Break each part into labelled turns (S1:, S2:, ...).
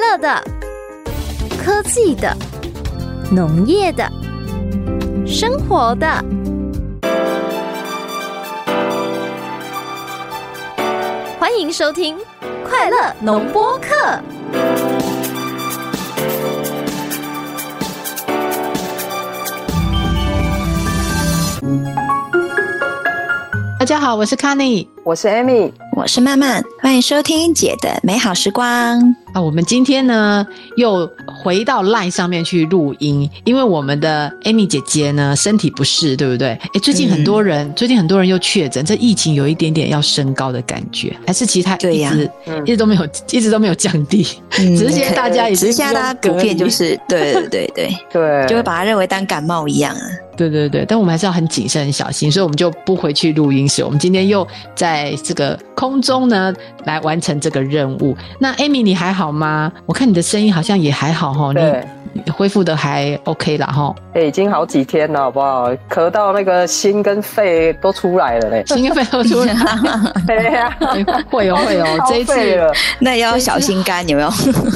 S1: 色的、科技的、农业的、生活的。欢迎收听《快乐农播课》。
S2: 大家好，我是 Connie
S3: 我是 Amy，
S4: 我是曼曼，欢迎收听姐的美好时光。
S2: 啊。我们今天呢又回到 LINE 上面去录音，因为我们的 Amy 姐姐呢身体不适，对不对？诶，最近很多人，
S4: 嗯
S2: 最近很多人又确诊，这疫情有一点点要升高的感觉，还是其实它
S4: 对
S2: 一
S4: 呀
S2: 直、
S3: 嗯
S2: 一直都没有，一直都没有降低。
S4: 嗯
S2: 只是现在大家已经
S4: 只是现在大家普遍就是对对对 对，
S3: 对，
S4: 就会把它认为当感冒一样啊。
S2: 对对对，但我们还是要很谨慎、很小心，所以我们就不回去录音室。我们今天又在这个空中呢，来完成这个任务。那 Amy，你还好吗？我看你的声音好像也还好哈，
S3: 对，
S2: 你你恢复的还 OK 啦哈。。
S3: 哎，已经好几天了，好不好？咳到那个心跟肺都出来了嘞
S2: 心肺复苏，
S3: 对呀，
S2: 会 哦会哦，这一次
S3: 超废了
S4: 那也要小心肝，有没有？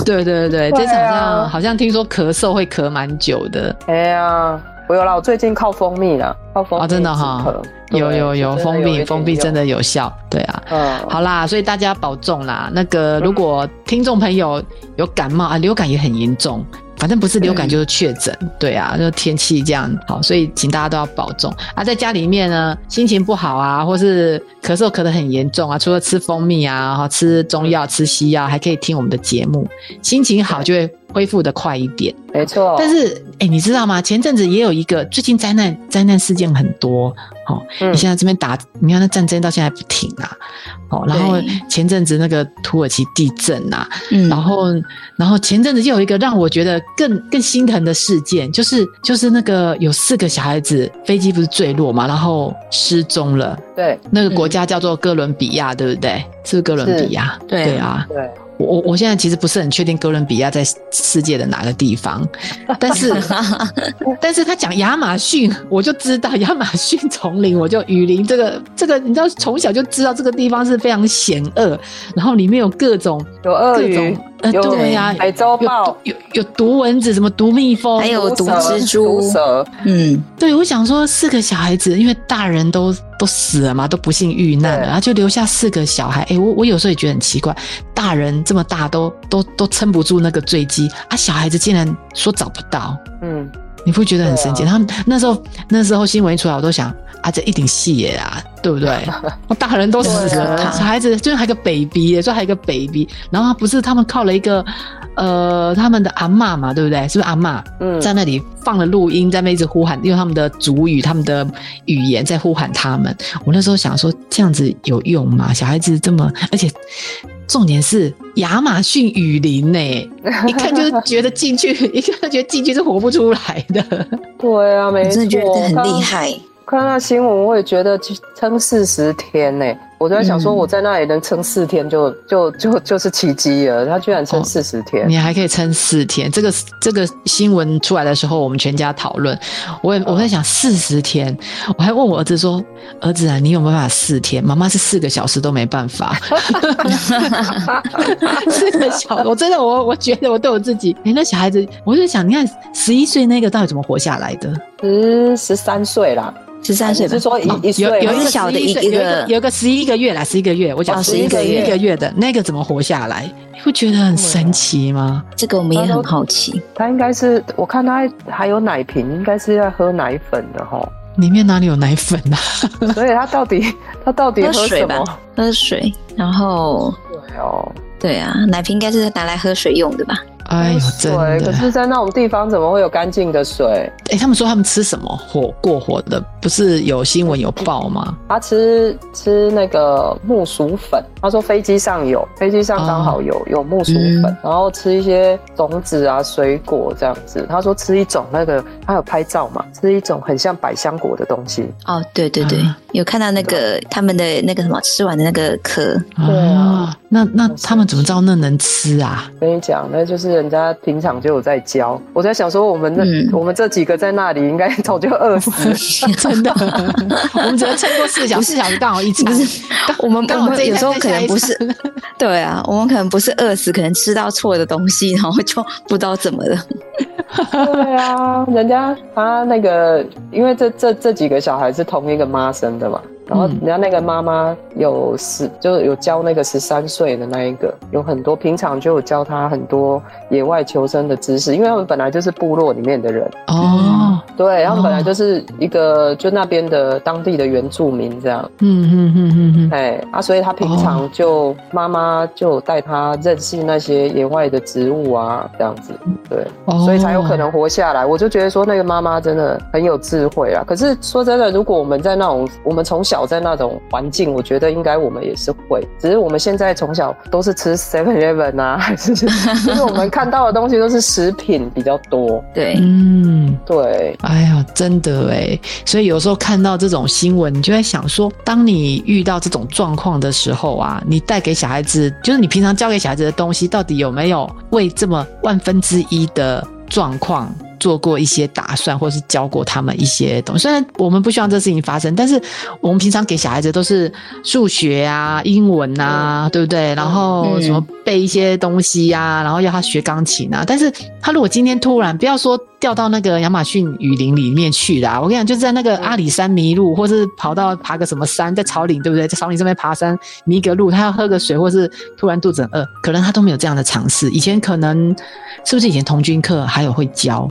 S2: 对对对对，
S3: 对
S2: 这
S3: 啊
S2: 场上好像听说咳嗽会咳蛮久的，
S3: 哎呀，我有啦，我最近靠蜂蜜了，靠蜂蜜
S2: 哦真的哈
S3: 止咳对
S2: 有有有
S3: 真的
S2: 封
S3: 一
S2: 闭
S3: 点
S2: 封闭
S3: 用
S2: 真的有效，对啊。
S3: 嗯
S2: 好啦，所以大家保重啦。那个，如果听众朋友有感冒啊，流感也很严重，反正不是流感就是确诊，对啊，就天气这样好，所以请大家都要保重啊。在家里面呢，心情不好啊，或是咳嗽咳得很严重啊，除了吃蜂蜜啊，哈，吃中药、吃西药，还可以听我们的节目，心情好就会恢复的快一点。
S3: 没错，
S2: 但是，哎、你知道吗？前阵子也有一个最近灾难灾难事件很多，哦，
S3: 嗯
S2: 你现在这边打，你看那战争到现在还不停啊，哦，然后
S4: 对
S2: 前阵子那个土耳其地震啊，
S4: 嗯
S2: 然后然后前阵子又有一个让我觉得更更心疼的事件，就是就是那个有四个小孩子飞机不是坠落嘛，然后失踪了，
S3: 对
S2: 那个国家叫做哥伦比亚，对不对？是不是哥伦比亚？
S4: 嗯对
S2: 对啊，
S3: 对，
S2: 我我我现在其实不是很确定哥伦比亚在世界的哪个地方， 但是
S4: 嗯
S2: 但是他讲亚马逊，我就知道亚马逊丛林，我就雨林这个这个，你知道从小就知道这个地方是非常险恶，然后里面有各种
S3: 有鳄
S2: 各
S3: 鱼
S2: 种，呃
S3: 有
S2: 对呀、
S3: 海洲
S2: 有
S3: 豹。
S2: 有有毒蚊子，什么毒蜜蜂，
S4: 还有毒
S3: 蛇
S4: 蜘蛛
S3: 毒蛇，
S4: 嗯，
S2: 对，我想说四个小孩子，因为大人都都死了嘛，都不幸遇难了，
S3: 对
S2: 然后就留下四个小孩。诶，我我有时候也觉得很奇怪，大人这么大都都都撑不住那个坠机啊，小孩子竟然说找不到，
S3: 嗯，
S2: 你不觉得很神
S3: 啊
S2: 奇？他们那时候那时候新闻一出来，我都想啊，这一顶戏耶啊，对 不对？我大人都死
S3: 对
S2: 了，
S3: 啊
S2: 小孩子就还有个 baby，耶就还有个 baby，然后不是他们靠了一个呃他们的阿嬷嘛，对不对？是不是阿嬷？
S3: 嗯
S2: 在那里放了录音，在那边一直呼喊，用他们的主语、他们的语言在呼喊他们。我那时候想说，这样子有用吗？小孩子这么，而且重点是亚马逊雨林呢、一看就是觉得进去， 一看就觉得进去是活不出来的。
S3: 对啊，没
S4: 我
S3: 错，
S4: 真的觉得很厉
S3: 刚
S4: 害。
S3: 看到新闻，我也觉得撑四十天呢、我都在想说，
S2: 嗯
S3: 我在那里能撑四天就、就就就是奇迹了。他居然撑
S2: 哦
S3: 四十天，
S2: 你还可以撑四天。这个这个新闻出来的时候，我们全家讨论。我也我在想四十天，我还问我儿子说：“儿子啊，你有没有办法四天？妈妈是四个小时都没办法。四个小，我真的我我觉得我对我自己，哎、那小孩子，我就想，你看十一岁那个到底怎么活下来的？
S3: 十十三岁啦，
S4: 十三岁
S3: 你
S4: 吧
S3: 是，啊说一、一岁
S2: 有
S3: 吗
S2: 哦有一个
S4: 小的
S2: 11岁有
S4: 一个
S2: 一个有一个十一个月啦，十一个月，我讲
S4: 哦
S2: 11
S4: 11个月啊
S2: 一个月的那个怎么活下来？你不觉得很神奇吗？
S4: 这个我们也很好奇。
S3: 他应该是我看他还有奶瓶，应该是要喝奶粉 的哈。
S2: 里面哪里有奶粉啊？
S3: 所以他到底他到底
S4: 喝
S3: 喝
S4: 水
S3: 什
S4: 吧
S3: 么？
S4: 喝水，然后
S3: 对哦，
S4: 对啊，奶瓶应该是拿来喝水用的吧？
S2: 哎呦，真
S3: 对，可
S2: 的！
S3: 是，在那种地方怎么会有干净的水？
S2: 哎、他们说他们吃什么火过火的，不是有新闻有报吗？
S3: 他吃吃那个木薯粉，他说飞机上有，飞机上刚好有、有木薯粉，
S4: 哦嗯
S3: 然后吃一些种子啊、水果这样子。他说吃一种那个，他有拍照嘛，吃一种很像百香果的东西，
S4: 哦，对对对
S2: 啊，
S4: 有看到那个他们的那个什么吃完的那个壳，
S3: 对啊
S2: 啊，那那他们怎么知道那能吃啊？
S3: 跟你讲，那就是人家平常就有在教。我在想说，我们那、
S4: 嗯
S3: 我们这几个在那里应该早就饿死了。
S2: 真的， 我们只能撑过四个小时，四小时刚好一餐
S4: 不。是
S2: 刚
S4: 我们
S2: 刚
S4: 我
S2: 好这
S4: 们
S2: 一
S4: 有时候
S2: 餐
S4: 可
S2: 再下
S4: 能
S2: 一
S4: 不是
S2: 餐
S4: 对啊，我们可能不是饿死，可能吃到错的东西，然后就不知道怎么了。
S3: 对啊，人家他那个，因为这这这几个小孩是同一个妈生的嘛，然后
S2: 嗯
S3: 人家那个妈妈有十，就是有教那个十三岁的那一个，有很多平常就有教他很多野外求生的知识，因为他们本来就是部落里面的人，
S2: 哦，
S3: 对，他们本来
S2: 哦
S3: 就是一个就那边的当地的原住民这样，
S2: 嗯嗯嗯嗯
S3: 哎啊，所以他平常就妈妈就有带他认识那些野外的植物啊，这样子，对。
S2: 嗯，
S3: 所以才有可能活下来。我就觉得说那个妈妈真的很有智慧啊。可是说真的，如果我们在那种我们从小在那种环境，我觉得应该我们也是会，只是我们现在从小都是吃 Seven Eleven 啊， 还是就是我们看到的东西都是食品比较多。
S4: 对，
S2: 嗯。
S3: 对，
S2: 哎呀，真的哎，所以有时候看到这种新闻，你就在想说，当你遇到这种状况的时候啊，你带给小孩子，就是你平常教给小孩子的东西，到底有没有为这么万分之一的状况做过一些打算，或是教过他们一些东西？虽然我们不希望这事情发生，但是我们平常给小孩子都是数学啊、英文啊，对不对？然后
S4: 嗯
S2: 什么背一些东西呀、然后要他学钢琴啊。但是他如果今天突然不要说掉到那个亚马逊雨林里面去啦，我跟你讲，就在那
S4: 嗯
S2: 个阿里山迷路，或是跑到爬个什么山，在草岭对不对？在草岭上面爬山迷个路，他要喝个水，或是突然肚子很饿，可能他都没有这样的尝试。以前可能是不是以前童军课还有会教？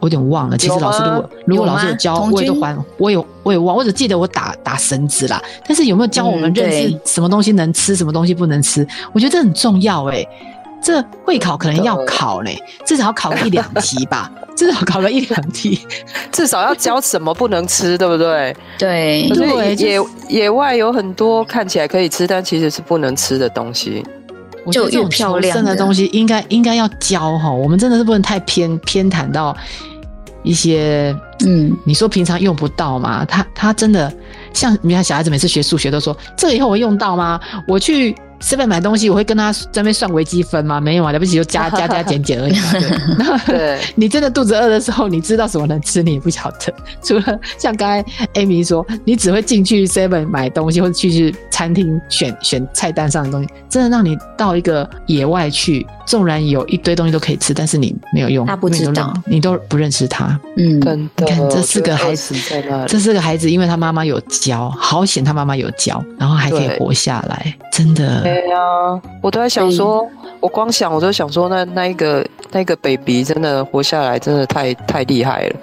S2: 我有点忘了，其实
S3: 有
S2: 老师如
S3: 吗
S2: 果如果
S4: 啊有
S2: 老师
S4: 吗
S2: 有教，
S4: 童
S2: 我也都
S4: 军
S2: 还我有我也忘，我只记得我打打绳子啦，但是有没有教我们
S4: 嗯
S2: 认识
S4: 对
S2: 什么东西能吃，什么东西不能吃？我觉得这很重要哎、这会考可能要考嘞、至少要考个一两题吧，至少考个一两题。
S3: 至少要教什么不能吃，对不对？
S4: 对
S3: 可，是
S2: 对就
S3: 野
S2: 是
S3: 野外有很多看起来可以吃，但其实是不能吃的东 西。
S2: 我觉得
S4: 就
S2: 这
S4: 越
S2: 种
S4: 漂
S2: 求
S4: 亮
S2: 生的
S4: 的
S2: 东西应该应该要教哈，我们真的是不能太偏偏袒到一些
S4: 嗯，
S2: 你说平常用不到吗？他他真的像你看小孩子每次学数学都说这个以后我会用到吗？我去 seven 买东西，我会跟他在那边算微积分吗？没有啊，了不起就加加加减减而已嘛。对那
S3: 对，
S2: 你真的肚子饿的时候，你知道什么能吃，你也不晓得。 除了像刚才 Amy 说，你只会进去 Seven 买东西，或者去去餐厅选选菜单上的东西，真的让你到一个野外去，纵然有一堆东西都可以吃，但是你没有用，
S4: 他不
S2: 因为你
S4: 知
S2: 都
S4: 道
S2: 认你都不认识它。
S4: 嗯，
S3: 真的
S2: 你，看这
S3: 我
S2: 四
S3: 觉得
S2: 个孩
S3: 饿
S2: 子
S3: 死在那里，
S2: 这四个孩子，因为他妈妈有教，好险他妈妈有教，然后还可以
S3: 对
S2: 活下来，真的。
S3: 对呀、啊我都在想说，我光想我就想说那，那一个那个 baby 真的活下来，真的太太厉害了。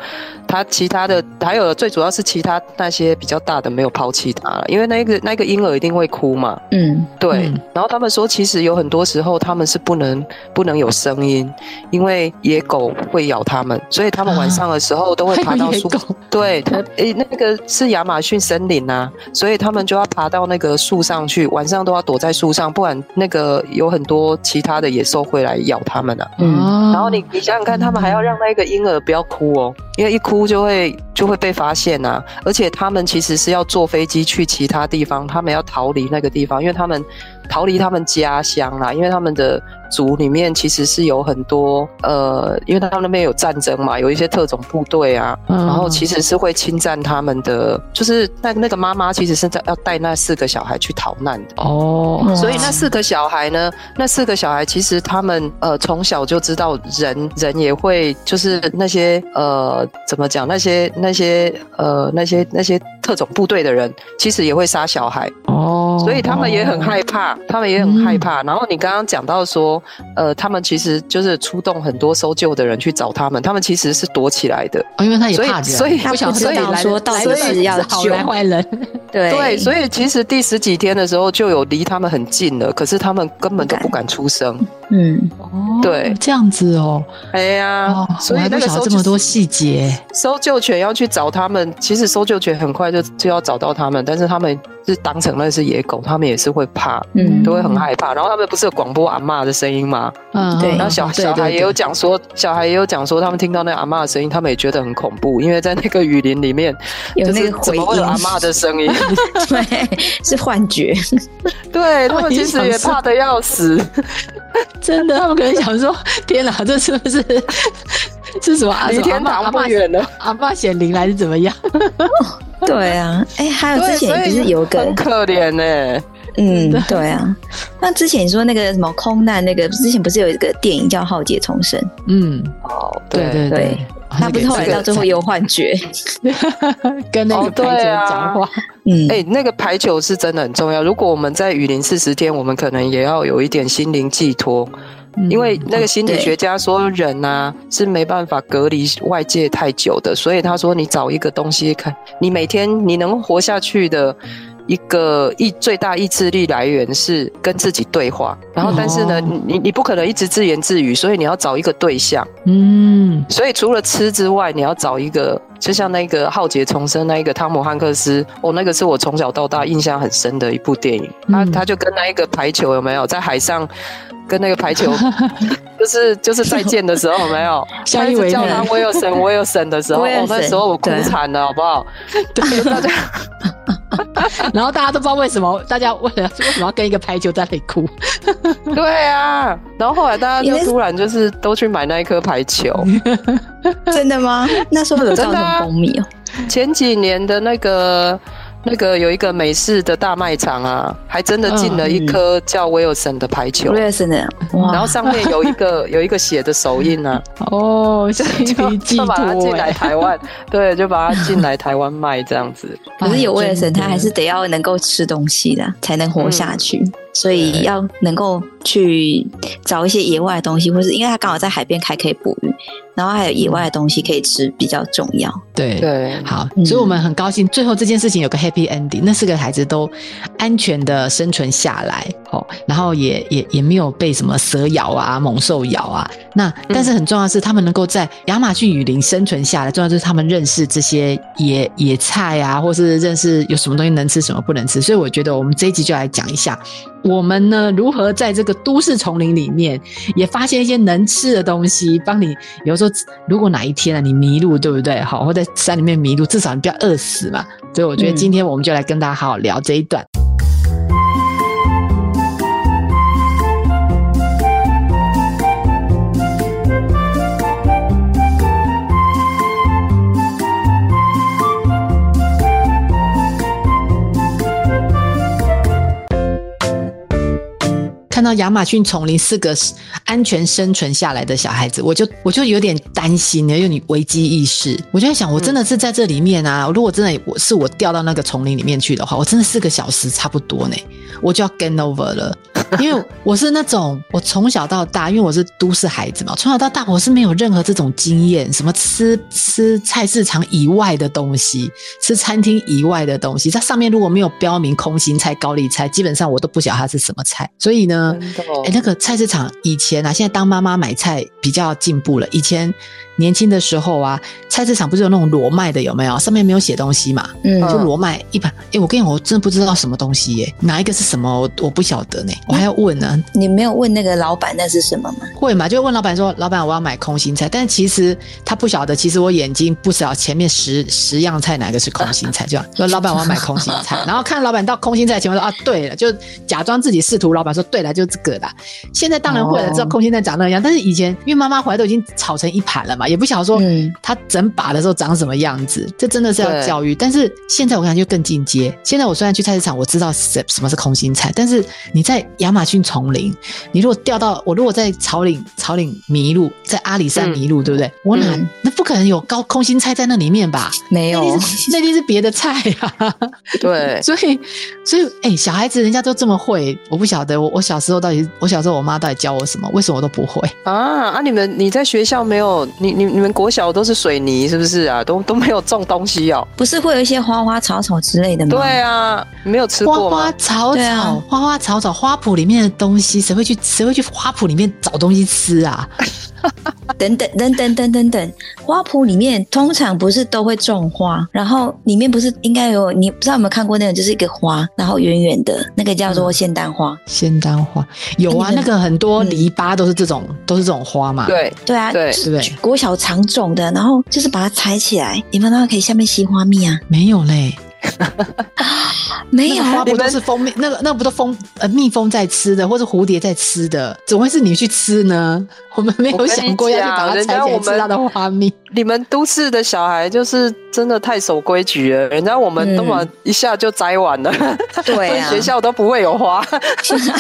S3: 他其他的还有最主要是其他那些比较大的没有抛弃他了，因为那个那个婴儿一定会哭嘛，
S4: 嗯，
S3: 对。
S2: 嗯
S3: 然后他们说，其实有很多时候他们是不能不能有声音，因为野狗会咬他们，所以他们晚上的时候都会爬到
S2: 还有野
S3: 树
S2: 狗
S3: 对，它诶、那个是亚马逊森林啊，所以他们就要爬到那个树上去，晚上都要躲在树上，不然那个有很多其他的野兽会来咬他们啊。
S4: 嗯
S2: 哦
S3: 然后你你想想看，他们还要让那个婴儿不要哭哦，因为一哭就会就会被发现啊。而且他们其实是要坐飞机去其他地方，他们要逃离那个地方，因为他们逃离他们家乡啊啦，因为他们的族里面其实是有很多呃，因为他们那边有战争嘛，有一些特种部队啊，
S2: 嗯
S3: 然后其实是会侵占他们的，就是那那个妈妈其实是在要带那四个小孩去逃难的。
S2: 哦，
S4: 哇
S3: 所以那四个小孩呢？那四个小孩其实他们呃从小就知道人人也会就是那些呃怎么讲那些那些呃那些那些特种部队的人，其实也会杀小孩。
S2: 哦，嗯
S3: 所以他们也很害怕，他们也很害怕。然后你刚刚讲到说，呃，他们其实就是出动很多搜救的人去找他们，他们其实是躲起来的。
S2: 哦，因为他也
S3: 所以
S2: 怕人，
S3: 所以
S2: 他不
S4: 他
S2: 想
S4: 不知道说到底是要
S2: 好
S4: 救
S2: 人坏人，
S4: 对，
S3: 对，所以其实第十几天的时候就有离他们很近了，可是他们根本都
S4: 不敢
S3: 不敢出声。
S4: 嗯，
S2: 哦
S3: 对
S2: 这样子哦，
S3: 哎呀，
S2: 哦，我
S3: 所以
S2: 还
S3: 那
S2: 不
S3: 个时
S2: 晓得
S3: 候就
S2: 这么多
S3: 是
S2: 细节，
S3: 搜救犬要去找他们，其实搜救犬很快就就要找到他们，但是他们是当成那是野狗，他们也是会怕，
S4: 嗯
S3: 都会很害怕。然后他们不是有广播阿嬷的声音吗？
S2: 嗯，
S4: 对
S2: 嗯
S3: 然后小
S2: 对
S3: 小孩
S2: 对
S3: 也有
S2: 对
S3: 讲说，小孩也有讲说，他们听到那个阿嬷的声音，他们也觉得很恐怖，因为在那个雨林里面，
S4: 有
S3: 就是
S4: 那个
S3: 怎
S4: 回
S3: 么会有
S4: 音，
S3: 阿嬷的声音？
S4: 对， 是幻觉，
S3: 对他
S2: 我
S3: 们
S2: 也
S3: 其实
S2: 想
S3: 也
S2: 说
S3: 怕的要死。
S2: 真的，他们可能想说，天哪，这是不是是什么？啊
S3: 离
S2: 什么
S3: 天
S2: 阿嬷
S3: 堂
S2: 阿
S3: 不
S2: 嬷
S3: 远了，
S2: 阿嬷显灵还是怎么样？
S4: 对啊，哎，还有
S3: 对
S4: 之前不
S3: 所
S4: 是
S3: 以
S4: 有个
S3: 很可怜欸呢、
S4: 嗯
S2: 的，
S4: 对啊。那之前你说那个什么空难，那个之前不是有一个电影叫《浩劫重生》？
S2: 嗯，
S3: 哦，
S2: 对对
S4: 对
S2: 对，啊
S4: 那不是后来到最后有幻觉？
S2: 跟那个
S3: 哦对
S2: 白球
S3: 啊
S2: 讲话，
S4: 嗯，
S3: 哎、那个排球是真的很重要。如果我们在雨林四十天，我们可能也要有一点心灵寄托，
S2: 嗯
S3: 因为那个心理
S4: 对
S3: 学家说人啊是没办法隔离外界太久的，所以他说你找一个东西看，你每天你能活下去的。一个意最大意志力来源是跟自己对话，然后但是呢，
S2: 哦
S3: 你你你不可能一直自言自语，所以你要找一个对象。
S2: 嗯
S3: 所以除了吃之外，你要找一个，就像那个《浩劫重生》那一个汤姆汉克斯，哦，那个是我从小到大印象很深的一部电影。他、
S2: 嗯
S3: 他就跟那一个排球有没有在海上，跟那个排球，就是就是再见的时候有没有，
S2: 相
S3: 他一
S2: 依
S3: 直
S2: 为
S3: 叫他
S2: 命
S3: 威尔森威尔森的时候，
S4: 威尔
S3: 哦，
S4: 森
S3: 那时候我哭
S4: 对
S3: 惨了，好不好？
S2: 对，
S3: 大家
S2: 然后大家都不知道为什么，大家为了 为什么要跟一个排球在那里哭？
S3: 对啊，然后后来大家
S4: 你那
S3: 就是突然就是都去买那一颗排球。
S4: 嗯真的吗？那时候有
S3: 真
S4: 造
S3: 的啊
S4: 成风靡哦。
S3: 前几年的那个那个有一个美式的大卖场啊，还真的进了一颗叫威尔森的排球，
S4: r e 森的哇，
S3: 然后上面有一个 有一个血的手印 啊，
S2: 哦，心
S3: 就
S2: 理寄
S3: 就把它
S2: 托
S3: 进来
S2: 哎，
S3: 台 湾，对，就把它进来台湾卖这样子。
S4: 可是有威尔森，
S2: 哎真的
S4: 他还是得要能够吃东西的，才能活下去。所以要能够去找一些野外的东西，或是因为他刚好在海边还可以捕鱼，然后还有野外的东西可以吃，比较重要。
S2: 对。
S3: 对，
S2: 好，
S4: 嗯
S2: 所以我们很高兴，最后这件事情有个 happy ending，那四个孩子都安全的生存下来，哦，然后也也也没有被什么蛇咬啊、猛兽咬啊。那但是很重要的是，他们能够在亚马逊雨林生存下来，重要就是他们认识这些野野菜啊，或是认识有什么东西能吃，什么不能吃。所以我觉得我们这一集就来讲一下，我们呢如何在这个都市丛林里面也发现一些能吃的东西，帮你有时候如果哪一天啊你迷路，对不对？好，或在山里面迷路，至少你不要饿死嘛。所以我觉得
S4: 嗯
S2: 今天我们就来跟大家好好聊这一段。看到亚马逊丛林四个安全生存下来的小孩子，我就我就有点担心，有点危机意识。我就在想，我真的是在这里面啊，如果真的我是我掉到那个丛林里面去的话，我真的四个小时差不多呢，我就要 get over 了。因为我是那种 我从小到大，因为我是都市孩子嘛，从小到大我是没有任何这种经验，什么吃吃菜市场以外的东西，吃餐厅以外的东西，它上面如果没有标明空心菜、高丽菜，基本上我都不晓得它是什么菜。所以呢，
S3: 真的哦
S2: 哎、那个菜市场以前啊，现在当妈妈买菜比较进步了。以前年轻的时候啊，菜市场不是有那种裸卖的，有没有？上面没有写东西嘛，
S4: 嗯，
S2: 就裸卖一盘。哎、我跟你讲，我真的不知道什么东西耶、哪一个是什么，我我不晓得呢、我还要问呢、
S4: 你没有问那个老板那是什么吗？
S2: 会嘛？就问老板说：“老板，我要买空心菜。”但其实他不晓得，其实我眼睛不晓得前面十十样菜哪个是空心 菜，这样说：“老板，我要买空心菜。”然后看老板到空心菜前面说：“啊，对了。”就假装自己试图老板说：“对了，就这个啦。”现在当然会了，
S4: 哦
S2: 知道空心菜长那样，但是以前因为妈妈回来都已经炒成一盘了嘛，也不晓得说
S4: 嗯
S2: 它整把的时候长什么样子，这真的是要
S3: 对
S2: 教育。但是现在我感觉就更进阶。现在我虽然去菜市场，我知道什什么是空心菜，但是你在亚马逊丛林，你如果掉到我如果在草林岭草岭迷路，在阿里山
S3: 嗯
S2: 迷路，对不对？我哪、
S4: 嗯
S2: 那不可能有高空心菜在那里面吧？
S4: 没
S2: 那
S4: 有，
S2: 一定是那一定是别的菜啊。
S3: 对，
S2: 所以，所以，哎、小孩子人家都这么会，我不晓得我我小时候到底，我小时候我妈到底教我什么，为什么我都不会？
S3: 啊啊！你们你在学校没有？你你你们国小都是水泥是不是啊？都都没有种东西哦。
S4: 不是会有一些花花草草之类的吗？
S3: 对啊，没有吃
S2: 花
S3: 过
S2: 嗯花
S3: 吗？
S2: 草草，
S4: 对啊
S2: 花花草草，花圃里面的东西，谁会去谁会去花圃里面找东西吃啊？
S4: 等等等等等等等，花圃里面通常不是都会种花，然后里面不是应该有你不知道有没有看过那种，就是一个花，然后圆圆的那个叫做仙丹花。
S2: 仙丹花有啊，
S4: 哎你
S2: 那
S4: 们
S2: 个很多
S4: 嗯
S2: 篱笆都是这种，都是这种花嘛。
S3: 对，
S4: 对啊，
S3: 对
S4: 就是
S2: 对不对
S4: 国小常种的，然后就是把它采起来，你们那可以下面吸花蜜啊？
S2: 没有嘞，
S4: 没
S2: 那个
S4: 有啊，
S2: 花不
S3: 你
S2: 都
S3: 们
S2: 是蜂蜜？那个那个不都蜂呃蜜蜂在吃的，或者蝴蝶在吃的，怎么会是你去吃呢？ 我们没有
S3: 我跟你
S2: 想过要去
S3: 讲
S2: 把它
S3: 人
S2: 采
S3: 家
S2: 起来
S3: 我
S2: 吃
S3: 们
S2: 它的花蜜。
S3: 你们都市的小孩就是真的太守规矩了，人家我们
S4: 嗯
S3: 那么一下就摘完了，所
S4: 对
S3: 以
S4: 啊，
S3: 学校都不会有花。
S4: 就是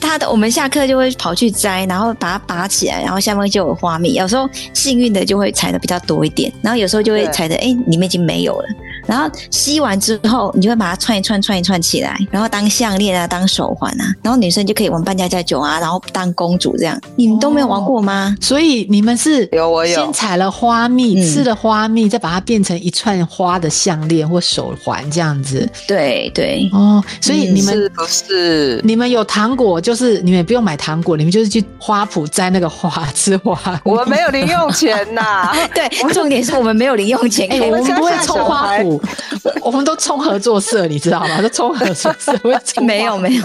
S4: 他的，我们下课就会跑去摘，然后把它拔起来，然后下面就有花蜜。有时候幸运的就会采的比较多一点，然后有时候就会
S3: 对
S4: 采的，哎、里面已经没有了。然后吸完之后，你就会把它串一串、串一串起来，然后当项链啊、当手环啊，然后女生就可以玩扮家家酒啊，然后当公主这样。你们都没有玩过吗？
S2: 所以你们是
S3: 有我有
S2: 先采了花蜜，
S4: 嗯
S2: 吃了花蜜，再把它变成一串花的项链或手环这样子。
S4: 对对，
S2: 哦，所以
S4: 嗯
S2: 你们、
S3: 是不是？
S2: 你们有糖果，就是你们也不用买糖果，你们就是去花圃摘那个花吃花。
S3: 我们没有零用钱呐、
S4: 对，重点是我们没有零用钱可
S2: 哎、
S4: 以
S2: 我
S4: 玩。
S2: 们不会冲花
S3: 我
S2: 圃，我们都冲合作社，你知道吗？都冲合作社，不会冲花
S4: 没有没有，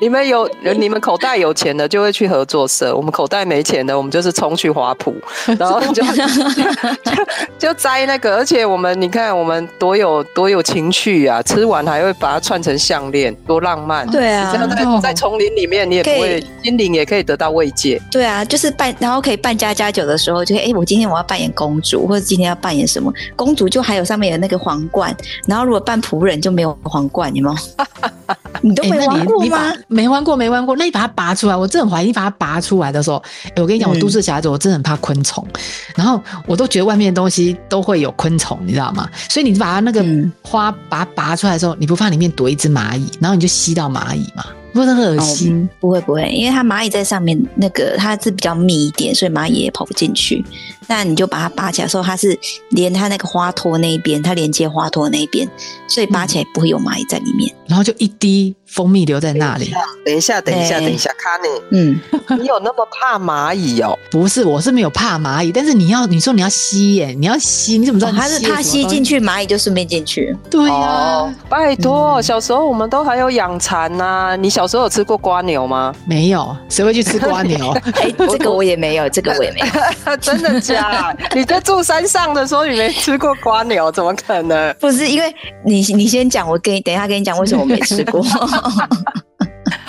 S3: 你们有你们口袋有钱的就会去合作社，我们口袋没钱的，我们就是冲去花圃，然后就 就就摘那个。而且我们你看我们多有多有情趣啊，吃完还会把它串成项链，多浪漫。
S4: 对啊
S3: 你知道
S2: 哦
S3: 在在丛林里面，你也不
S4: 可
S3: 会心灵也可以得到慰藉。
S4: 对啊，就是扮，然后可以扮家家酒的时候，就哎、诶我今天我要扮演公主，或者今天要扮演什么公主，就还有上面有那个皇冠，然后如果扮仆人就没有皇冠，有没有？ 你都
S2: 哎
S4: 没
S2: 那
S4: 玩
S2: 你
S4: 过
S2: 你
S4: 吗
S2: 把？没玩过，没玩过。那你把它拔出来，我真的很怀疑你把它拔出来的时候，哎、我跟你讲，我
S4: 嗯
S2: 都市小孩子，我真的很怕昆虫，然后我都觉得外面的东西都会有昆虫，你知道吗？所以你把它那个
S4: 嗯
S2: 花把它拔出来的时候，你不怕里面躲一只蚂蚁，然后你就吸到蚂蚁嘛，不是很恶心？
S4: 哦不会不会，因为它蚂蚁在上面，那个它是比较密一点，所以蚂蚁也跑不进去。那你就把它拔起来的时候，它是连它那个花托那一边，它连接花托那一边，所以拔起来不会有蚂蚁在里面。
S2: 然后就一滴蜂蜜留在那里。
S3: 等一下，等一下，
S4: 哎
S3: 等一下，卡尼，
S4: 嗯，
S3: 你有那么怕蚂蚁哦？
S2: 不是，我是没有怕蚂蚁，但是你要你说你要吸耶，你要吸，你怎么知道
S4: 哦
S2: 你
S4: 它是
S2: 吸了什么
S4: 它吸
S2: 东西
S4: 进？去，蚂蚁就顺便进去。
S2: 对呀、
S3: 哦，拜托，小时候我们都还有养蚕呐、你小时候有吃过瓜 牛吗？
S2: 没有，谁会去吃瓜 牛？
S4: 哎，这个我也没有，这个我也没有。
S3: 真的假？你在住山上的时候，你没吃过瓜牛，怎么可能？
S4: 不是因为你，你先讲，我跟你等一下跟你讲为什么我没 吃过。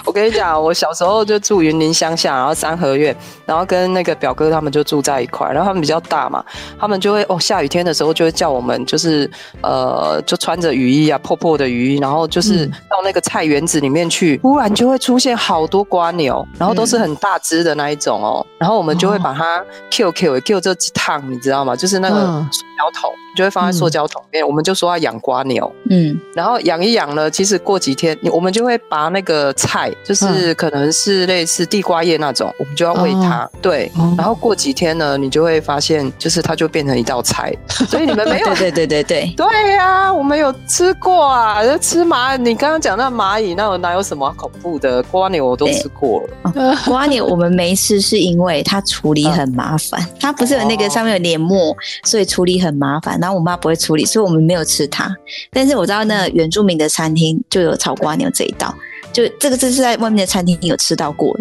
S3: 我跟你讲，我小时候就住云林乡下，然后三合院，然后跟那个表哥他们就住在一块，然后他们比较大嘛，他们就会哦，下雨天的时候就会叫我们，就是呃，就穿着雨衣啊，破破的雨衣，然后就是
S2: 嗯
S3: 到那个菜园子里面去，忽然就会出现好多瓜牛，然后都
S2: 嗯
S3: 是很大只的那一种哦，然后我们就会把它 Q Q Q 这几趟，你知道吗？就是那个
S2: 嗯
S3: 塑胶桶，就会放在塑胶桶里面，我们就说要养瓜牛。
S4: 嗯，
S3: 然后养一养呢，其实过几天你我们就会拔那个菜，就是可能是类似地瓜叶那种，我们就要喂它。对，
S2: 嗯哦
S3: 然后过几天呢，你就会发现，就是它就变成一道 菜。所以你们没有
S4: 对对对对对，
S3: 对呀、我们有吃过啊，就吃蚂。你刚刚讲那蚂蚁，那我哪有什么恐怖的？瓜牛我都吃过了。
S4: 瓜牛我们没吃是因为它处理很麻烦，它不是有那个
S3: 哦
S4: 上面有黏膜，所以处理很麻烦。然后我妈不会处理，所以我们没有吃它。但是我知道那原住民的餐厅就有炒瓜牛这一道，就这个这是在外面的餐厅有吃到过的，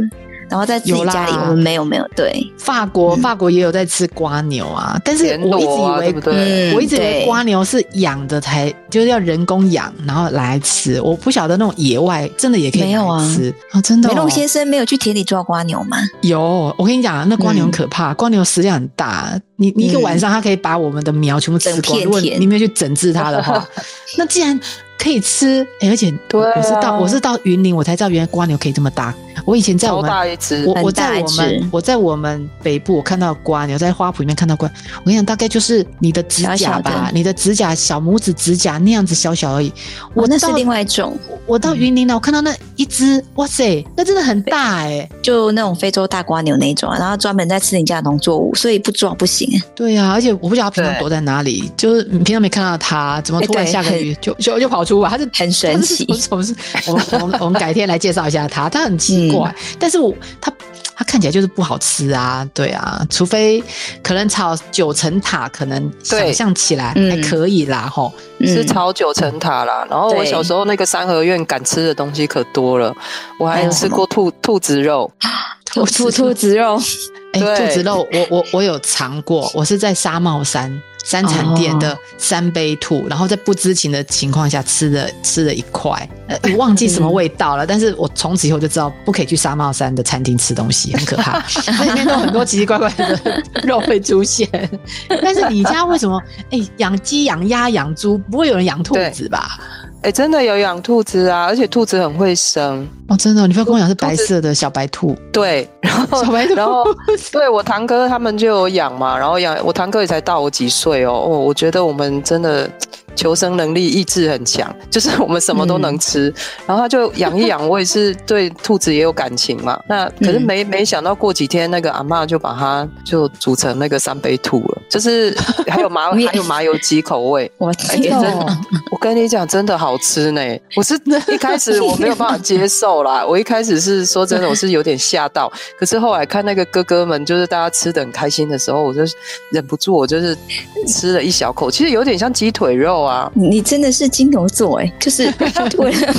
S4: 然后在自己
S2: 有啦
S4: 家里我们没有没有对。
S2: 法国，
S4: 嗯
S2: 法国也有在吃瓜牛啊，但是
S3: 田
S2: 我一直
S3: 螺啊，
S2: 以为
S3: 对不对？
S4: 嗯
S2: 我一直以为
S4: 对
S2: 瓜牛是养的才，就是要人工养，然后来吃。我不晓得那种野外真的也可以
S4: 没有
S2: 来
S4: 啊
S2: 吃啊、真的、哦。
S4: 梅隆先生没有去田里抓瓜牛吗？
S2: 有，我跟你讲，那瓜牛很可怕，瓜牛食量很大。你你一个
S4: 嗯
S2: 晚上，它可以把我们的苗全部吃
S4: 整
S2: 光。
S4: 片
S2: 如果
S4: 田
S2: 你没有去整治它的 话，那既然可以吃，诶而且
S3: 对啊
S2: 我是到我是到云林我才知道，原来瓜牛可以这么大。我以前在我
S3: 超
S2: 们嗯
S3: 大一只
S2: 我，我
S4: 很大
S2: 在
S4: 一
S2: 我
S4: 只
S2: 们我在我们北部，我看到瓜牛在花圃里面看到瓜，我跟你讲，大概就是你的指
S4: 小
S2: 甲
S4: 小
S2: 吧，
S4: 的
S2: 你的指甲小拇指指甲那样子小小而已。我、
S4: 哦，那是另
S2: 外，
S4: 外一种，
S2: 我到云林了，我看到那一只，哇塞，那真的很大哎、
S4: 就那种非洲大瓜牛那一种啊，然后专门在吃你家的农作物，所以不抓不行。
S2: 对呀、而且我不知道它平常
S3: 对
S2: 躲在哪里，就是你平常没看到它，怎么
S4: 哎
S2: 突然
S4: 对
S2: 下个
S4: 很
S2: 雨就就就跑出来？它是
S4: 很神奇
S2: 它是我是我们我们我们改天来介绍一下它，它很奇怪，
S4: 嗯
S2: 但是我它它看起来就是不好吃啊，对啊，除非可能炒九层塔，可能想
S3: 对
S2: 象起来
S4: 嗯
S2: 还可以啦，吼、
S4: 嗯，
S3: 是 炒九层塔啦。然后我
S4: 对
S3: 小时候那个三合院敢吃的东西可多了，我
S4: 还
S3: 还
S4: 有
S3: 吃
S4: 什么
S3: 过兔兔子肉，
S4: 兔兔兔子肉，
S2: 哎、
S3: 对
S2: 兔子肉，我我我有尝过，我是在沙帽山山产店
S3: 哦
S2: 的三杯兔，然后在不知情的情况下吃了吃了一块，呃，我忘记什么味道了，但是我从此以后就知道不可以去沙帽山的餐厅吃东西，很可 怕，那里面都有很多奇奇怪怪的肉会出现。但是你家为什么？哎、养鸡、养鸭、养猪，不会有人养兔子吧？
S3: 哎，真的有养兔子啊，而且兔子很会生。
S2: 哦，真的哦、你不要跟我讲是白
S3: 兔子
S2: 色的小白兔，
S3: 对，然后
S2: 小白兔，
S3: 然后对我堂哥他们就有养嘛，然后养我堂哥也才大我几岁哦，哦，我觉得我们真的求生能力意志很强，就是我们什么都能吃，然后他就养一养，我也是对兔子也有感情嘛。那可是没、没想到过几天那个阿嬷就把它就煮成那个三杯兔了，就是还有麻
S4: 你
S3: 还有麻油鸡口味。
S4: 我
S3: 哎
S4: 天
S3: 真
S4: 哪，
S3: 的，我跟你讲，真的好吃呢！我是一开始我没有办法接受啦，我一开始是说真的，我是有点吓到。可是后来看那个哥哥们，就是大家吃的很开心的时候，我就忍不住，我就是吃了一小口，其实有点像鸡腿肉啊。
S4: 你你真的是金牛座哎，就是 为了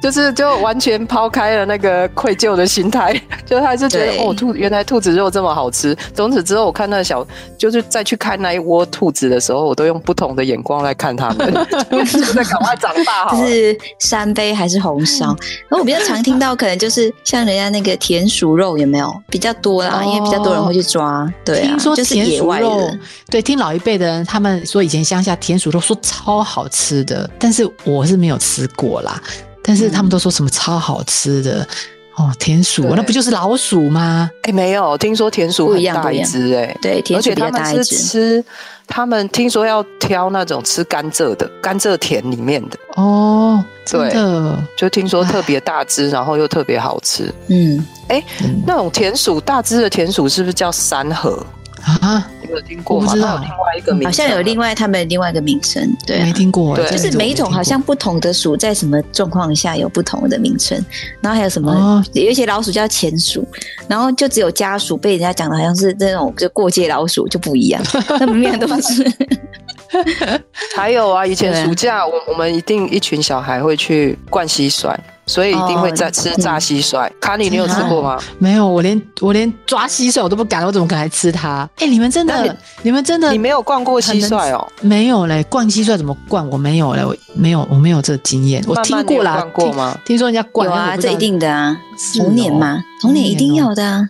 S3: 就是就完全抛开了那个愧疚的心态， 就还是觉得
S4: 对
S3: 哦，兔原来兔子肉这么好吃。从此之后，我看那小就是再去看那一窝兔子的时候，我都用不同的眼光来看它们，就是赶快长大好
S4: 就
S3: 了。
S4: 是三杯还是红烧。然后我比较常听到，可能就是像人家那个田鼠肉有没有比较多啦？
S2: 哦
S4: 因为比较多人会去抓，对啊，
S2: 听说
S4: 就是
S2: 田
S4: 野
S2: 鼠
S4: 外
S2: 肉
S4: 的，，
S2: 对，听老一辈的人他们说，以前乡下田鼠肉说超好吃的，但是我是没有吃过啦。但是他们都说什么超好吃的、哦，田鼠
S3: 对
S2: 那不就是老鼠吗？
S3: 哎、没有，听说田鼠
S4: 不
S3: 很
S4: 一样
S3: 大
S4: 不一
S3: 一
S4: 样
S3: 只哎、
S4: 对，田
S3: 而
S4: 鼠
S3: 且
S4: 比较
S3: 他们
S4: 大一
S3: 是
S4: 只。
S3: 吃，他们听说要挑那种吃甘蔗的，甘蔗田里面的，
S2: 哦，真
S3: 对
S2: 的，
S3: 就听说特别大只，然后又特别好吃。
S4: 嗯，
S2: 嗯
S3: 那种田鼠，大只的田鼠是不是叫山河？
S2: 啊，
S3: 你有听过
S2: 我
S3: 吗？
S2: 不知
S3: 它有
S2: 道
S3: 另外一个名，啊
S4: 好像有另。外他们另外一个名称，对啊、
S2: 没听过，
S3: 对
S2: 真
S4: 就
S2: 的
S4: 是每一种
S2: 哎我没听过
S4: 好像不同的鼠在什么状况下有不同的名称，然后还有什么、
S2: 哦
S4: 有一些老鼠叫前鼠，然后就只有家鼠被人家讲的好像是那种就过街老鼠就不 一样，那明明都是
S3: 还有啊，以
S4: 对
S3: 前
S4: 啊
S3: 暑假我我们一定一群小孩会去灌蟋蟀，所以一定会在
S4: 哦啊
S3: 吃炸蟋蟀。卡尼，你有吃过吗？
S2: 没有，我连我连抓蟋蟀我都不敢，我怎么可能还吃它？哎、你们真
S3: 那
S2: 的，
S3: 你
S2: 你们真的
S3: 你没有灌过蟋蟀哦？
S2: 没有嘞，灌蟋蟀怎么灌？我没有嘞，我没有，我没有这个经验。我
S3: 慢
S2: 听
S3: 慢
S2: 过
S3: 你有
S2: 啦，
S3: 灌过吗
S2: 听听说人家灌
S4: 有
S2: 但我
S4: 啊，
S2: 不知
S4: 这
S2: 道
S4: 一定的啊，
S2: 是
S4: 童年
S2: 哦
S4: 嘛，童年一定要的啊，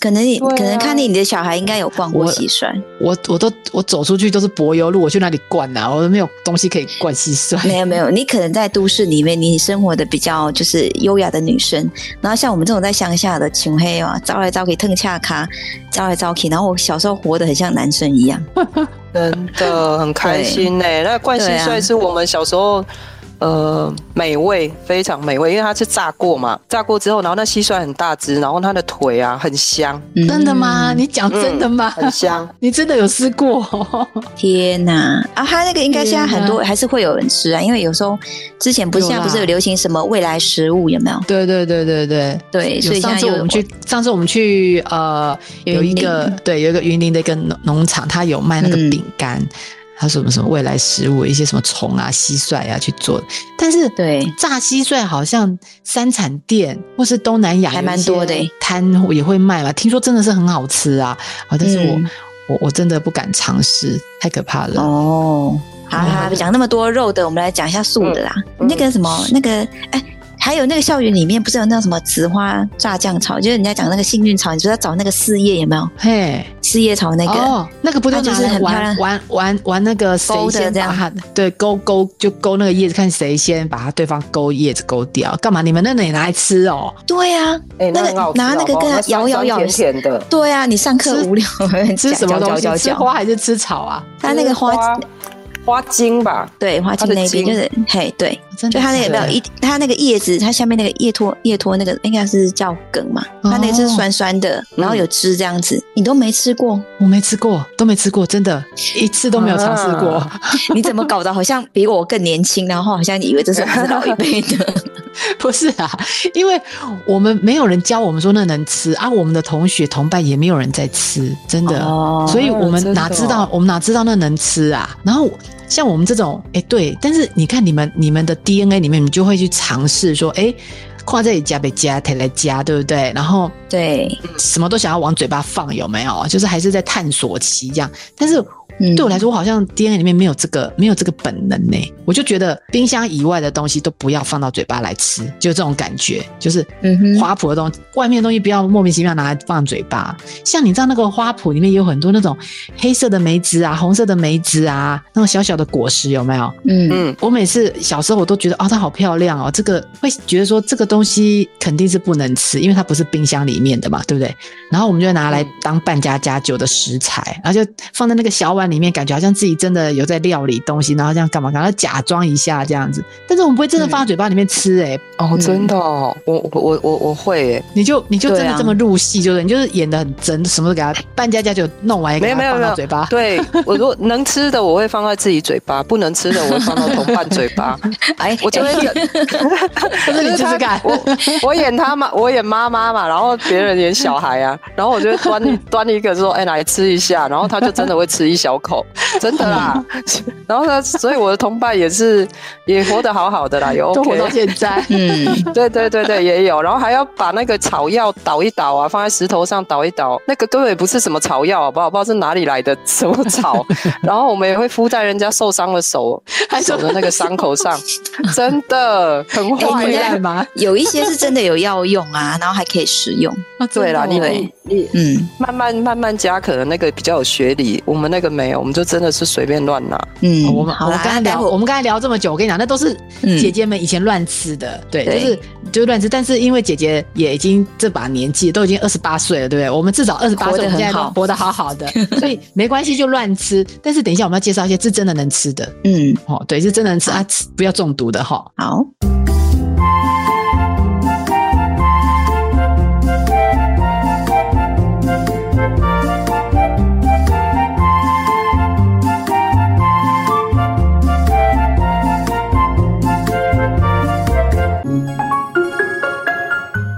S4: 可能你、
S3: 对啊
S4: 可能看你你的小孩应该有逛过蟋蟀，
S2: 我我都我走出去都是柏油路，我去哪里灌啊？我都没有东西可以灌蟋 蟀。
S4: 没有没有，你可能在都市里面，你生活的比较就是优雅的女生，然后像我们这种在乡下的穷黑啊，招来招去，腾恰卡，招来招去，然后我小时候活得很像男生一样，
S3: 真的很开心呢、那灌蟋
S4: 对啊
S3: 蟀是我们小时候。呃，美味非常美味，因为它是炸过嘛，炸过之后，然后那蟋蟀很大只，然后它的腿啊很香，
S4: 嗯
S2: 真的吗？你讲真的吗？
S3: 很 香。
S2: 你真的有吃过？
S4: 天哪！啊，它那个应该现在很
S2: 天
S4: 多还是会有人吃啊，因为有时候之前不是
S2: 有啦
S4: 现在不是有流行什么未来食物有没有？
S2: 对对对对对。
S4: 对，
S2: 有
S4: 所以现
S2: 上
S4: 在
S2: 次
S4: 又
S2: 我们去，上次我们去呃，有一个
S4: 云
S2: 对，有一个云林的一个农农场，它有卖那个
S4: 嗯
S2: 饼干，它什么什么未来食物，一些什么虫啊、蟋蟀啊去做的。但是
S4: 对
S2: 炸蟋蟀好像三产店或是东南亚
S4: 还蛮多的
S2: 有一
S4: 欸
S2: 些摊也会卖嘛，听说真的是很好吃啊，啊，但是我、
S4: 嗯
S2: 我我真的不敢尝试，太可怕了。
S4: 哦。好
S2: 嗯
S4: 好，好讲那么多肉的，我们来讲一下素的啦。
S3: 嗯
S4: 那个什么，那个哎，还有那个校园里面不是有那种什么紫花炸酱草，就是人家讲那个幸运草，你说要找那个四叶有没有？
S2: 嘿，
S4: 四叶草那个、
S2: 哦，那个不
S4: 它
S2: 就就
S4: 拿
S2: 是
S4: 得很漂
S2: 玩
S4: 亮
S2: 玩玩玩那个谁
S4: 勾的
S2: 先
S4: 这样
S2: 把它对勾勾就勾那个叶子，看谁先把它对方勾叶子勾掉，干嘛？你们那里拿来吃哦？
S4: 对呀、啊，
S3: 哎、
S4: 那个
S3: 很好吃
S4: 拿那个
S3: 好不好
S4: 跟它
S3: 那酸
S4: 摇摇摇
S3: 酸甜甜的，
S4: 对呀、啊，你上课
S2: 吃
S4: 无聊
S2: 吃什么东西？
S4: 嚼
S2: 吃
S4: 嚼
S2: 花还是吃草啊？
S4: 它那个花
S3: 花花茎吧，
S4: 对花
S3: 它
S4: 茎
S3: 的
S4: 那边
S3: 茎
S4: 就是嘿对，
S2: 真的
S4: 就它那
S2: 是
S4: 个有没有一它那个叶子，它下面那个叶托叶托那个应该是叫梗嘛，它那个是
S2: 哦
S4: 酸酸的，然后有汁这样子，你都没吃过，
S2: 我没吃过，都没吃过，真的，一次都没有尝试过。
S3: 啊
S4: 你怎么搞得好像比我更年轻，然后好像以为这是我们老一 辈的？
S2: 不是啊，因为我们没有人教我们说那能吃啊，我们的同学同伴也没有人在吃，真的。啊
S4: 哦
S2: 所以我
S3: 真
S2: 们
S3: 的哦
S2: 哪知道，我们哪知道那能吃啊？然后像我们这种，哎、对，但是你看你们你们的 DNA 里面，你就会去尝试说，哎、跨这里加被加，腿来加，对不对？然后
S4: 对，
S2: 什么都想要往嘴巴放，有没有？就是还是在探索期这样。但是
S4: 嗯
S2: 对我来说，我好像 DNA 里面没有这个没有这个本能呢、我就觉得冰箱以外的东西都不要放到嘴巴来吃，就这种感觉，就是
S4: 嗯哼
S2: 花圃的东西，外面的东西不要莫名其妙拿来放嘴巴。像你知道那个花圃里面也有很多那种黑色的梅子啊、红色的梅子啊，那种小小的果实有没有？
S4: 嗯
S3: 嗯，
S2: 我每次小时候我都觉得哦，它好漂亮哦，这个会觉得说这个东西肯定是不能吃，因为它不是冰箱里面的嘛，对不对？然后我们就拿来
S3: 嗯
S2: 当半家家酒的食材，然后就放在那个小碗里面，感觉好像自己真的有在料理东西，然后这样干嘛干嘛，假装一下这样子。但是我们不会真的放到嘴巴里面吃、诶，哎、
S3: 哦，
S4: 嗯
S3: 真的哦，我我我我我会诶，
S2: 你就你就真
S4: 对
S2: 的
S4: 啊
S2: 这么入戏，就是你就是演的很真，什么都给它半家家酒弄完也给它
S3: 没有
S2: 放
S3: 没有没
S2: 到
S3: 有
S2: 嘴巴。
S3: 对我如果能吃的我会放在自己嘴巴，不能吃的我会放到同伴嘴 巴，
S4: 哎，
S3: 我就会 整。
S2: 但是你
S3: 就，
S2: 试试看
S3: 我我演他嘛，我演妈妈嘛，然后别人演小孩啊，然后我就会端一端一个说，哎、来吃一下，然后他就真的会吃一小口，真的啦。 然后呢，所以我的同伴也是也活得好好的啦，也
S2: 都活到
S3: OK。
S2: 现 在。
S4: 嗯，
S3: 对对对对，也有，然后还要把那个草药倒一倒啊，放在石头上倒一倒，那个根本不是什么草药，好不好？不知道是哪里来的什么 草，然后我们也会敷在人家受伤的手
S2: 还
S3: 手
S2: 说
S3: 的那个伤口上，真的很啊
S4: 哎
S3: 坏
S4: 你
S2: 回
S4: 在
S2: 来吗？
S4: 有一些是真的有药用啊，然后还可以食用，
S2: 啊
S3: 对啦，
S2: 真
S3: 你
S2: 的哦
S3: 你你
S4: 嗯
S3: 慢慢慢慢加，可能那个比较有学理，我们那个没有，我们就真的是随便乱拿。
S4: 嗯，
S2: 哦我们我
S4: 好
S2: 们
S4: 啦，
S2: 刚才
S4: 那待
S2: 聊，
S4: 会
S2: 我们刚才聊这么久，我跟你讲，那都是
S4: 嗯
S2: 姐姐们以前乱吃的，对，
S4: 对
S2: 就是就是乱吃。但是因为姐姐也已经这把年纪，都已经二十八岁了，对不对？我们至少二十八
S4: 活得
S2: 岁，我们
S4: 很
S2: 现在都
S4: 好
S2: 活得好好 的，所以没关系，就乱吃。但是等一下我们要介绍一些是真的能吃的
S4: 嗯
S2: 哦，对，是真的能吃啊，吃不要中毒的哈、
S4: 好，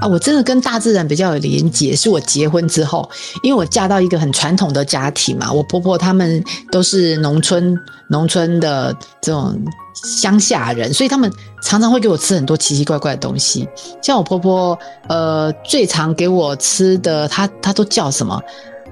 S2: 啊，我真的跟大自然比较有连结，是我结婚之后，因为我嫁到一个很传统的家庭嘛，我婆婆他们都是农村农村的这种乡下人，所以他们常常会给我吃很多奇奇怪怪的东西。像我婆婆，呃，最常给我吃的，她她都叫什么？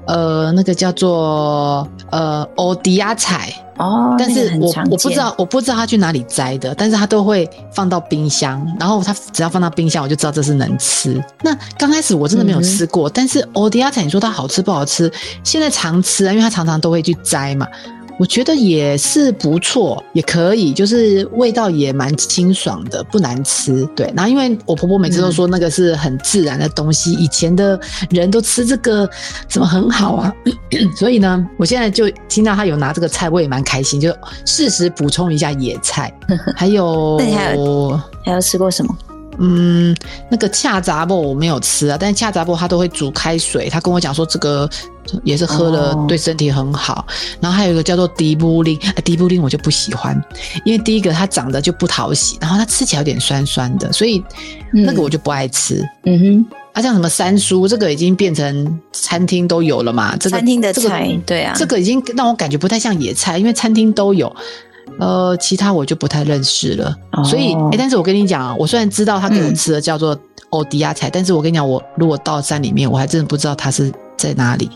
S2: 呃，那个叫做呃欧迪亚菜，
S4: 哦，
S2: 但
S4: 那个
S2: 是
S4: 很
S2: 我
S4: 常
S2: 我不知
S4: 见，
S2: 道我不知道他去哪里摘的，但是他都会放到冰箱，然后他只要放到冰箱，我就知道这是能吃。那刚开始我真的没有
S4: 嗯哼
S2: 吃过，但是欧迪亚菜你说它好吃不好吃？现在常吃啊，因为它常常都会去摘嘛。我觉得也是不错，也可以，就是味道也蛮清爽的，不难吃。对，然后因为我婆婆每次都说那个是很自然的东西，以前的人都吃这个，怎么很好啊？ 所以呢，我现在就听到她有拿这个菜，我也蛮开心，就适时补充一下野菜，还有
S4: 那你还还有吃过什么？
S2: 嗯，那个恰杂布我没有吃啊，但是恰杂布他都会煮开水，他跟我讲说这个也是喝了
S4: 哦
S2: 对身体很好。然后还有一个叫做迪布林，啊、迪布林我就不喜欢，因为第一个它长得就不讨喜，然后它吃起来有点酸酸的，所以那个
S4: 嗯
S2: 我就不爱吃。
S4: 嗯
S2: 啊，像什么三叔，这个已经变成餐厅都有了嘛，这
S4: 哼，
S2: 个
S4: 餐厅的
S2: 这个
S4: 菜，对啊，
S2: 这个已经让我感觉不太像野菜，因为餐厅都有。呃，其他我就不太认识了。
S4: 哦
S2: 所以、诶但是我跟你讲啊，我虽然知道他给我
S4: 嗯
S2: 吃的叫做欧迪亚菜，但是我跟你讲，我如果到山里面，我还真的不知道它是在哪里。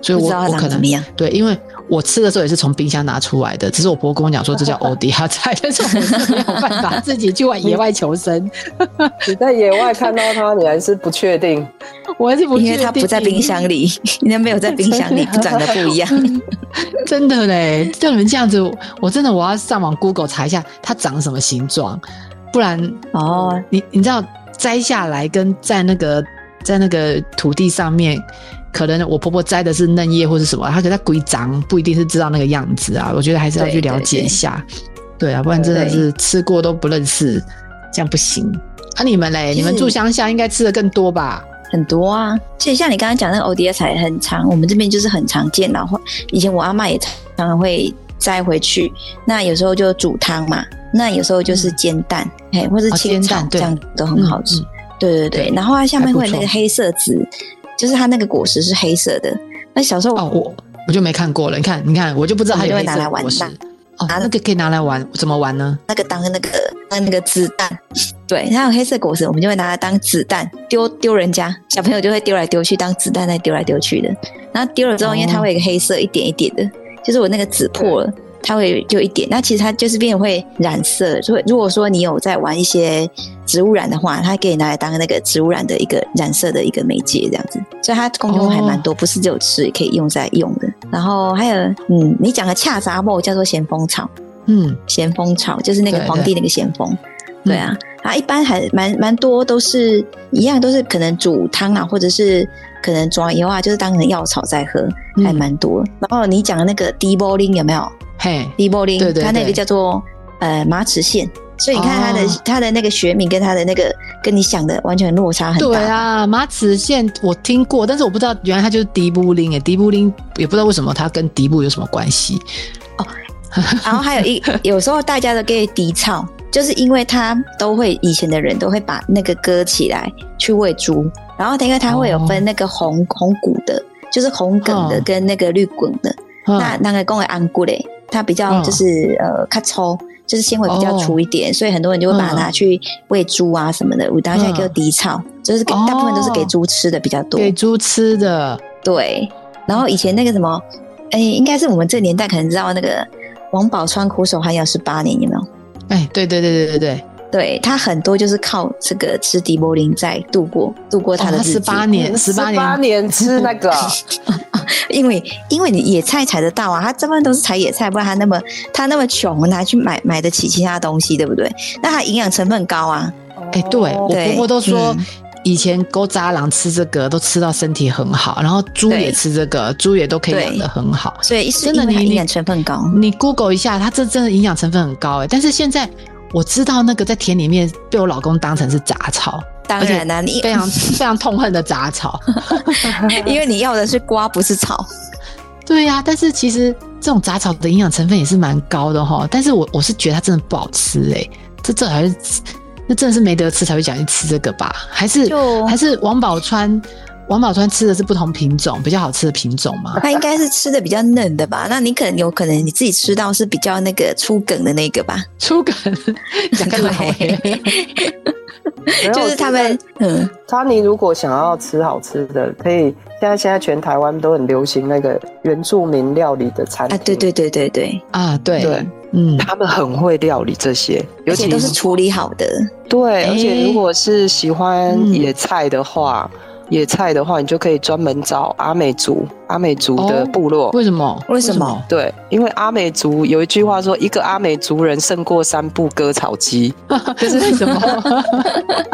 S2: 所以
S4: 不
S2: 我
S4: 知道它
S2: 我
S4: 长
S2: 可
S4: 怎
S2: 能
S4: 么样。
S2: 对，因为我吃的时候也是从冰箱拿出来的，只是我婆婆跟我讲说这 叫欧迪亚菜，但是我是没有办法自己去玩野外求 生，
S3: 你在野外看到它，你还是不确定。
S2: 我还是不
S4: 因
S2: 确
S4: 为它不
S2: 定
S4: 在冰箱里， 人家没有在冰箱里，长得不一样。
S2: 真的嘞，叫你们这样子，我真的我要上网 Google 查一下它长什么形状，不然
S4: 哦，
S2: 你你知道摘下来跟在那个在那个土地上面，可能我婆婆摘的是嫩叶或是什么，她可能它规长不一定是知道那个样子啊。我觉得还是要去了解一下，对啊，不然真的是吃过都不认识，这样不行。啊，你们嘞，
S4: 是
S2: 你们住乡下应该吃的更多吧？
S4: 很多啊，所以像你刚刚讲那个 ODS 彩很长，我们这边就是很常见，然后以前我阿妈也常常会摘回去，那有时候就煮汤嘛，那有时候就是煎蛋，哎、或是
S2: 哦
S4: 清
S2: 煎
S4: 炒、
S2: 蛋对嗯
S4: 这样都很好吃。对对对，然后它下面会有那
S2: 还不
S4: 个
S2: 错
S4: 黑色籽，就是它那个果实是黑色的。那小时候
S2: 哦，我我就没看过了，你看，你看，我就不知道还有黑
S4: 我们就会拿
S2: 色
S4: 来玩
S2: 果实
S4: 那。
S2: 哦，
S4: 拿着
S2: 那个可以拿来玩，怎么玩呢？
S4: 那个当那个当那个子弹，对，它有黑色果实，我们就会拿来当子弹丢丢人家，小朋友就会丢来丢去当子弹在丢来丢去的。然后丢了之后，
S2: 哦
S4: 因为它会有一个黑色一点一点的，就是我那个纸破了，它会就一点。那其实它就是变得会染色，所以如果说你有在玩一些植物染的话，它可以拿来当那个植物染的一个染色的一个媒介这样子，所以它功用还蛮多，不是只有吃，也可以用在用的。然后还有，嗯，你讲的恰杂木叫做咸丰草。
S2: 嗯，
S4: 咸丰草，就是那个
S2: 对嗯
S4: 皇帝那个咸丰。对啊，啊，一般还蛮蛮多都是一样，都是可能煮汤啊，或者是可能抓油啊，就是当成药草在喝，
S2: 嗯
S4: 还蛮多。然后你讲的那个 d b o l i n g 有没有
S2: 嘿，
S4: d b o l i n g
S2: 对对
S4: 它那个
S2: 对
S4: 叫做呃马齿苋。所以你看它的、
S2: 哦
S4: 它的那个学名跟它的那个跟你想的完全落差很大。
S2: 对啊，马齿苋我听过，但是我不知道原来它就是迪布林欸诶，迪布林也不知道为什么它跟迪布有什么关系。
S4: 然后还有一有时候大家都给低草，就是因为它都会以前的人都会把那个割起来去喂猪，然后因为它会有分那个红、红骨的，就是红梗的
S2: 哦
S4: 跟那个绿梗的，那
S2: 嗯，
S4: 那个公为安骨嘞，它比较就是、呃咔抽。就是纤维比较粗一点，所以很多人就会把它拿去喂猪啊什么的。我当下给低草，就是给、
S2: 哦
S4: 大部分都是给猪吃的比较多。
S2: 给猪吃的
S4: 对，然后以前那个什么，哎，应该是我们这年代可能知道那个王宝钏苦守寒窑十八年，有没有？
S2: 哎、对对对对对对，
S4: 对他很多就是靠这个吃迪波林在度过度过他的
S2: 哦
S4: 日
S2: 十
S4: 子。
S2: 八年，十八
S3: 八
S2: 年，
S3: 年吃那 个啊，
S4: 因为因为你野菜采得到啊，他这边都是采野菜，不然他那么他那么穷，哪去买买得起其他东西，对不对？那他营养成分高啊，
S2: 哎、对
S3: 哦
S2: 我
S4: 对
S2: 婆婆都说。
S4: 嗯
S2: 以前勾渣郎吃这个都吃到身体很好，然后猪
S4: 对
S2: 也吃这个，猪也都可以养得很好。
S4: 所以是
S2: 真
S4: 因
S2: 的，
S4: 为
S2: 你
S4: 它
S2: 你
S4: 营养成分高。
S2: 你 Google 一下，它这真的营养成分很高哎、但是现在我知道那个在田里面被我老公当成是杂草，
S4: 当然啦、你
S2: 非常 非常痛恨的杂草。
S4: 因为你要的是瓜，不是草。
S2: 对呀、但是其实这种杂草的营养成分也是蛮高的哈。但是我我是觉得它真的不好吃哎、这这还是那真的是没得吃才会想去吃这个吧？还是
S4: 就
S2: 还是王宝钏王宝钏吃的是不同品种比较好吃的品种吗？
S4: 它应该是吃的比较嫩的吧？那你可能有可能你自己吃到是比较那个粗梗的那个吧？
S2: 出梗 讲个老欸
S3: 没有
S4: 就是他们，嗯，
S3: 他你如果想要吃好吃的，可以现在现在全台湾都很流行那个原住民料理的餐
S4: 啊，
S3: 厅
S4: 对对对对对，
S2: 啊，对
S3: 对，
S2: 嗯，
S3: 他们很会料理这些，尤
S4: 而且
S3: 其
S4: 都是处理好的，
S3: 对，
S2: 哎
S3: 而且如果是喜欢
S2: 嗯
S3: 野菜的话，野菜的话你就可以专门找阿美族阿美族的
S2: 哦
S3: 部落。
S2: 为什么？
S4: 为什么？
S3: 对，因为阿美族有一句话说，一个阿美族人胜过三部割草机，
S2: 就是为什么？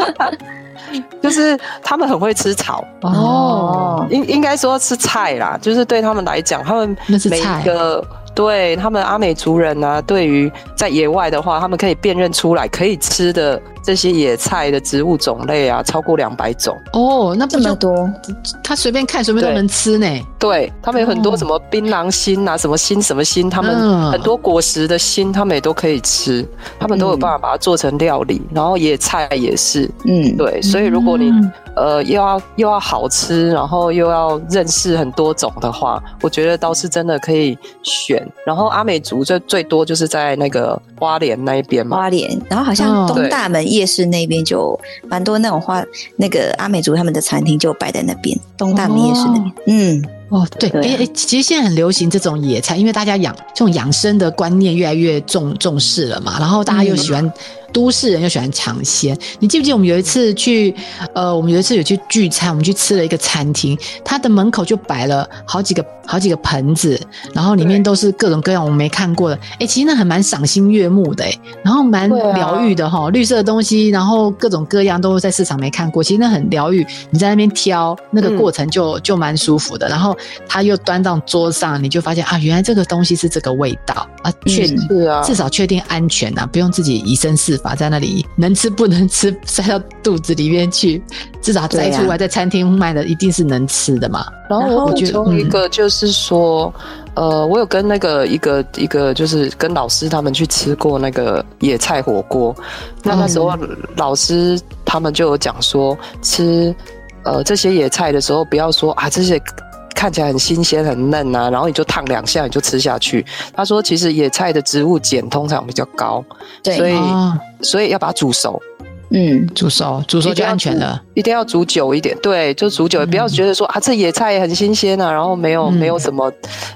S3: 就是他们很会吃草，
S2: 哦，
S3: 应应该说是菜啦，就是对他们来讲，他们
S2: 那是
S3: 每
S2: 菜
S3: 一个对他们阿美族人啊，对于在野外的话，他们可以辨认出来可以吃的这些野菜的植物种类啊，超过两百种。
S2: 哦，那不
S4: 这么
S2: 就
S4: 多，
S2: 他随便看随便都
S3: 对
S2: 能吃呢？
S3: 对他们有很多
S2: 哦
S3: 什么槟榔心啊，什么心什么心，他
S2: 嗯
S3: 们很多果实的心，他们也都可以吃，他们都有办法把它做成料理，然后野菜也是。
S4: 嗯，
S3: 对，所以如果你、
S2: 嗯
S3: 呃又要又要好吃，然后又要认识很多种的话，我觉得倒是真的可以选。然后阿美族最最多就是在那个花莲那一边嘛，
S4: 花莲，然后好像
S2: 哦
S4: 东大门夜市那边就蛮多那种花，那个阿美族他们的餐厅就摆在那边，东大门夜市那边，嗯，
S2: 哦，对，哎
S4: 对
S2: 哎、
S4: 啊
S2: 其实现在很流行这种野餐，因为大家养这种养生的观念越来越重重视了嘛，然后大家
S3: 嗯
S2: 又喜欢、都市人又喜欢尝鲜。你记不记得我们有一次去，呃，我们有一次有去聚餐，我们去吃了一个餐厅，它的门口就摆了好几个好几个盆子，然后里面
S3: 对
S2: 都是各种各样我们没看过的，哎、其实那还蛮赏心悦目的、哎，然后蛮
S3: 对啊
S2: 疗愈的哈、绿色的东西，然后各种各样都在市场没看过，其实那很疗愈。你在那边挑，那个
S3: 嗯
S2: 过程就、就蛮舒服的。然后它又端到桌上，你就发现啊，原来这个东西是这个味道啊，确、
S4: 嗯
S3: 是啊，
S2: 至少确定安全啊，不用自己以身试法，在那里能吃不能吃塞到肚子里面去，至少
S4: 对
S2: 摘出
S4: 啊
S2: 来在餐厅卖的一定是能吃的嘛。
S3: 然后
S4: 然
S3: 我
S4: 后
S3: 嗯
S2: 我
S3: 补
S2: 觉得
S3: 充一个，就是说，呃，我有跟那个一个一个，就是跟老师他们去吃过那个野菜火锅。那那时候老师他们就有讲说，吃呃这些野菜的时候，不要说啊这些。看起来很新鲜、很嫩啊，然后你就烫两下，你就吃下去。他说，其实野菜的植物碱通常比较高，所
S4: 对
S3: 以，
S2: 哦，
S3: 所以要把它煮熟。
S4: 嗯，
S2: 煮熟煮熟
S3: 一定
S2: 就
S3: 要
S2: 安全
S3: 煮
S2: 了。
S3: 一定要煮久一点，对，就煮久，
S2: 嗯
S3: 不要觉得说啊，这野菜也很新鲜啊，然后没有、
S2: 嗯
S3: 没有什么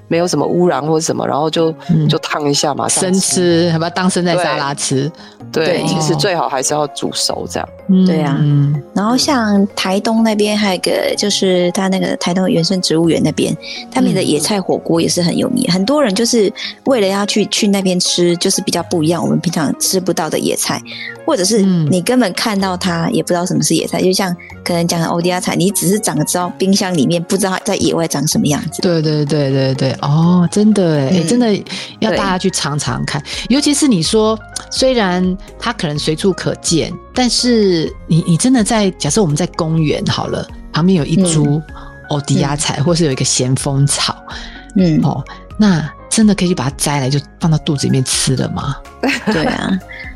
S3: 没有什么污染或者什么，然后就、
S2: 嗯
S3: 就烫一下嘛，
S2: 生吃，还把它当生菜
S3: 对
S2: 沙拉吃。
S3: 对，
S4: 对
S3: 其实
S2: 哦
S3: 最好还是要煮熟这样。
S2: 嗯
S4: 对啊
S2: 嗯
S4: 然后像台东那边还有一个，就是他那个台东原生植物园那边，他们的野菜火锅也是很有名，很多人就是为了要去去那边吃，就是比较不一样，我们平常吃不到的野菜，或者是
S2: 嗯
S4: 你根本看到它也不知道什么是野菜，就像可能讲的欧迪亚菜，你只是长知道冰箱里面不知道它在野外长什么样子。
S2: 对对对对对，哦，真的哎、
S4: 嗯
S2: 真的要
S4: 对
S2: 大家去尝尝看，尤其是你说，虽然它可能随处可见，但是你你真的在假设我们在公园好了，旁边有一株欧迪亚菜，或是有一个咸丰草，
S4: 嗯，
S2: 哦，那真的可以去把它摘来就放到肚子里面吃了吗？
S4: 对啊，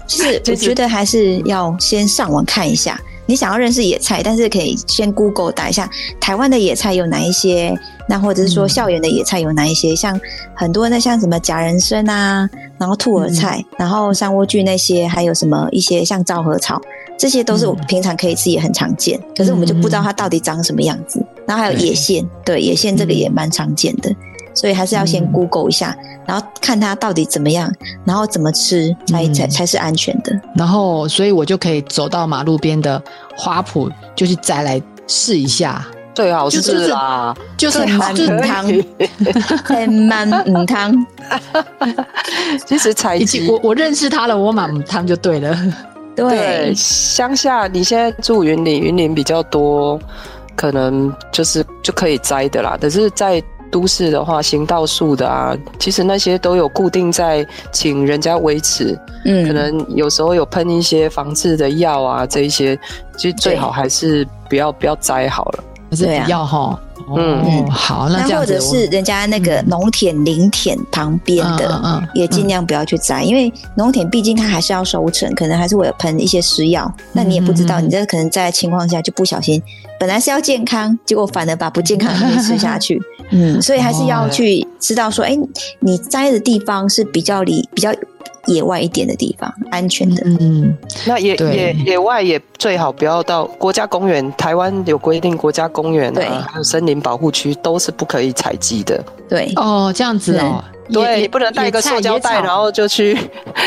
S4: 就是
S3: 就
S4: 我
S3: 是
S4: 觉得还是要先上网看一下，你想要认识野菜，但是可以先 Google 打一下台湾的野菜有哪一些，那或者是说
S2: 嗯
S4: 校园的野菜有哪一些，像很多那像什么假人参啊，然后兔耳菜，然后山莴苣那些，还有什么一些像皂禾草，这些都是我
S2: 嗯
S4: 平常可以吃，也很常见，可是我们就不知道它到底长什么样子。然后还有野苋，对野苋这个也蛮常见的，所以还是要先
S2: 嗯
S4: Google 一下，然后看它到底怎么样。然后怎么吃才、才
S2: 嗯
S4: 才是安全 的。
S2: 然后，所以我就可以走到马路边的花圃，就去摘来试一下，
S3: 最好
S2: 就是
S3: 啦，
S2: 就是
S4: 最好
S2: 就是
S4: 嗯
S3: 可以
S4: 汤太慢
S2: 嗯
S4: 母汤，
S3: 其实采
S2: 已经
S3: 集
S2: 我我认识他了，我满汤就对了。
S4: 对
S3: 对，乡下你现在住云林，云林比较多，可能就是就可以摘的啦。可是，在都市的话，行道树的啊，其实那些都有固定在请人家维持，可
S4: 嗯，
S3: 能有时候有喷一些防治的药啊，这一些，其实最好还是不要不要摘好了。
S2: 还是
S4: 对啊
S2: 不要哈。
S3: 嗯
S2: 哦，好，那这
S4: 那
S2: 样
S4: 或
S2: 子
S4: 者
S2: 我
S4: 是人家那个
S2: 嗯
S4: 农田、林田旁边的。
S2: 嗯嗯嗯
S4: 也尽量不要去摘，因为农田毕竟它还是要收成，可能还是会有喷一些施药，那你也不知
S2: 嗯嗯
S4: 道，
S2: 嗯
S4: 你这可能在情况下就不小心，本来是要健康，结果反而把不健康的东西吃 下去，嗯，所以还是要
S2: 哦
S4: 去知道说，哎、你摘的地方是比较离比较野外一点的地方，安全的，
S2: 嗯嗯
S3: 那野
S2: 对
S3: 野野外也最好不要到国家公园，台湾有规定，国家公园
S4: 对
S3: 啊，还有森林保护区都是不可以采集的。
S4: 对，
S2: 哦，这样子哦，
S3: 对
S2: 野
S3: 你不能带一个塑胶
S2: 野
S3: 袋，
S2: 菜
S3: 然后就去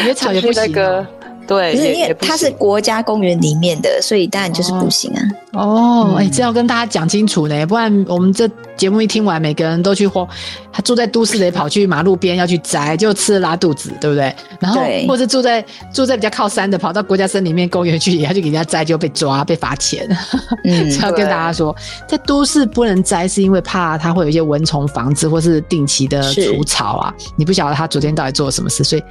S2: 野草 也
S3: 就
S2: 不
S3: 去那
S2: 行
S3: 个
S2: 哦。
S3: 对，
S4: 不是
S3: 也
S4: 因为
S3: 也不
S4: 它是
S3: 行
S4: 国家公园里面的，所以当然就是不 行啊。
S2: 哦，哎，
S3: 嗯
S2: 这要跟大家讲清楚呢，不然我们这节目一听完，每个人都去荒，他住在都市里跑去马路边要去摘，就吃了拉肚子，对不对？然后
S4: 对
S2: 或者住在住在比较靠山的，跑到国家森林面公园去，也要去给人家摘，就被抓被罚钱。
S4: 嗯，
S3: 啊
S2: 要跟大家说，在都市不能摘，是因为怕它会有一些蚊虫防治，或是定期的
S4: 是
S2: 除草啊。你不晓得它昨天到底做了什么事，所以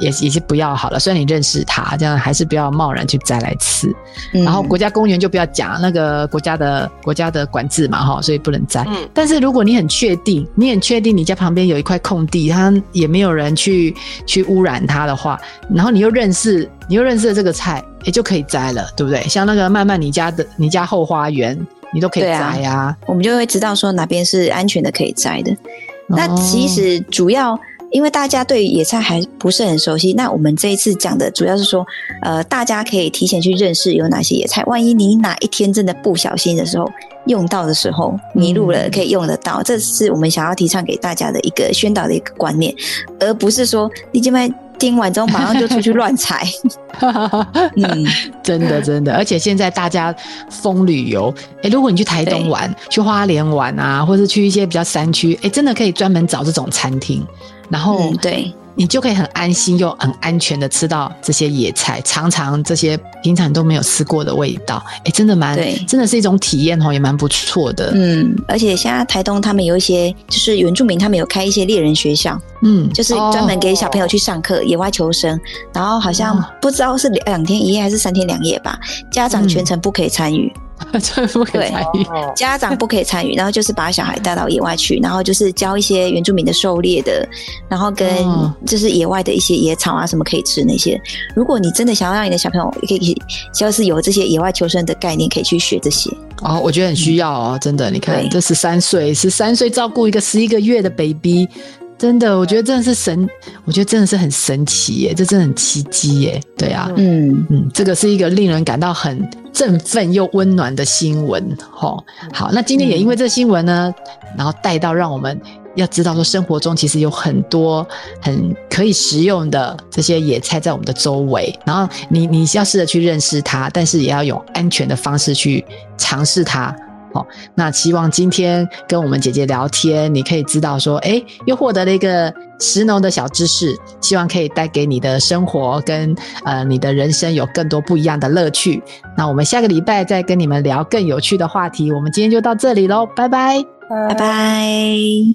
S2: 也也是不要好了。虽然你认识它，这样还是不要贸然去摘来吃。
S4: 嗯
S2: 然后国家公园就不要讲那个国家的国家的管制嘛，哈，所以不能摘。
S3: 嗯
S2: 但是如果你很确定，你很确定你家旁边有一块空地，它也没有人去去污染它的话，然后你又认识，你又认识了这个菜，也就可以摘了，对不对？像那个慢慢你家的你家后花园，你都可以
S4: 对啊
S2: 摘呀、
S3: 哦
S4: 我们就会知道说哪边是安全的可以摘的。
S2: 哦
S4: 那其实主要因为大家对野菜还不是很熟悉，那我们这一次讲的主要是说，呃，大家可以提前去认识有哪些野菜，万一你哪一天真的不小心的时候用到的时候迷路了，可以用得到。这是我们想要提倡给大家的一个宣导的一个观念，而不是说你今麦听完之后马上就出去乱采。 嗯，
S2: 真的真的，而且现在大家疯旅游，哎、如果你去台东玩、去花莲玩啊，或是去一些比较山区，哎、真的可以专门找这种餐厅，然后
S4: 嗯，对，
S2: 你就可以很安心又很安全的吃到这些野菜，尝尝这些平常都没有吃过的味道，哎、真的蛮
S4: 对，
S2: 真的是一种体验哦，也蛮不错的。
S4: 嗯，而且现在台东他们有一些就是原住民，他们有开一些猎人学校。
S2: 嗯，
S4: 就是
S2: 哦
S4: 专门给小朋友去上课、野外求生，然后好像
S2: 哇
S4: 不知道是两天一夜还是三天两夜吧，家长全程不可以参 与，
S2: 专门给
S4: 对
S2: 参与。
S3: 哦
S4: 家长不可以参与，然后就是把小孩带到野外去，然后就是教一些原住民的狩猎的，然后跟
S2: 哦
S4: 就是野外的一些野草啊什么可以吃那些。如果你真的想要让你的小朋友也可以，就是有这些野外求生的概念，可以去学这些。
S2: 哦，我觉得很需要哦，真的，你看
S4: 对
S2: 这十三岁，十三岁照顾一个十一个月的 baby，真的，我觉得真的是神，我觉得真的是很神奇耶，这真的很奇迹耶，对啊，
S3: 嗯
S4: 嗯，
S2: 嗯，这个是一个令人感到很振奋又温暖的新闻，吼、好，那今天也因为这新闻呢，然后带到让我们要知道说，生活中其实有很多很可以食用的这些野菜在我们的周围，然后你你要试着去认识它，但是也要用安全的方式去尝试它。好，那希望今天跟我们姐姐聊天，你可以知道说，哎，又获得了一个食农的小知识，希望可以带给你的生活跟呃你的人生有更多不一样的乐趣。那我们下个礼拜再跟你们聊更有趣的话题。我们今天就到这里喽，拜拜。
S4: 拜拜。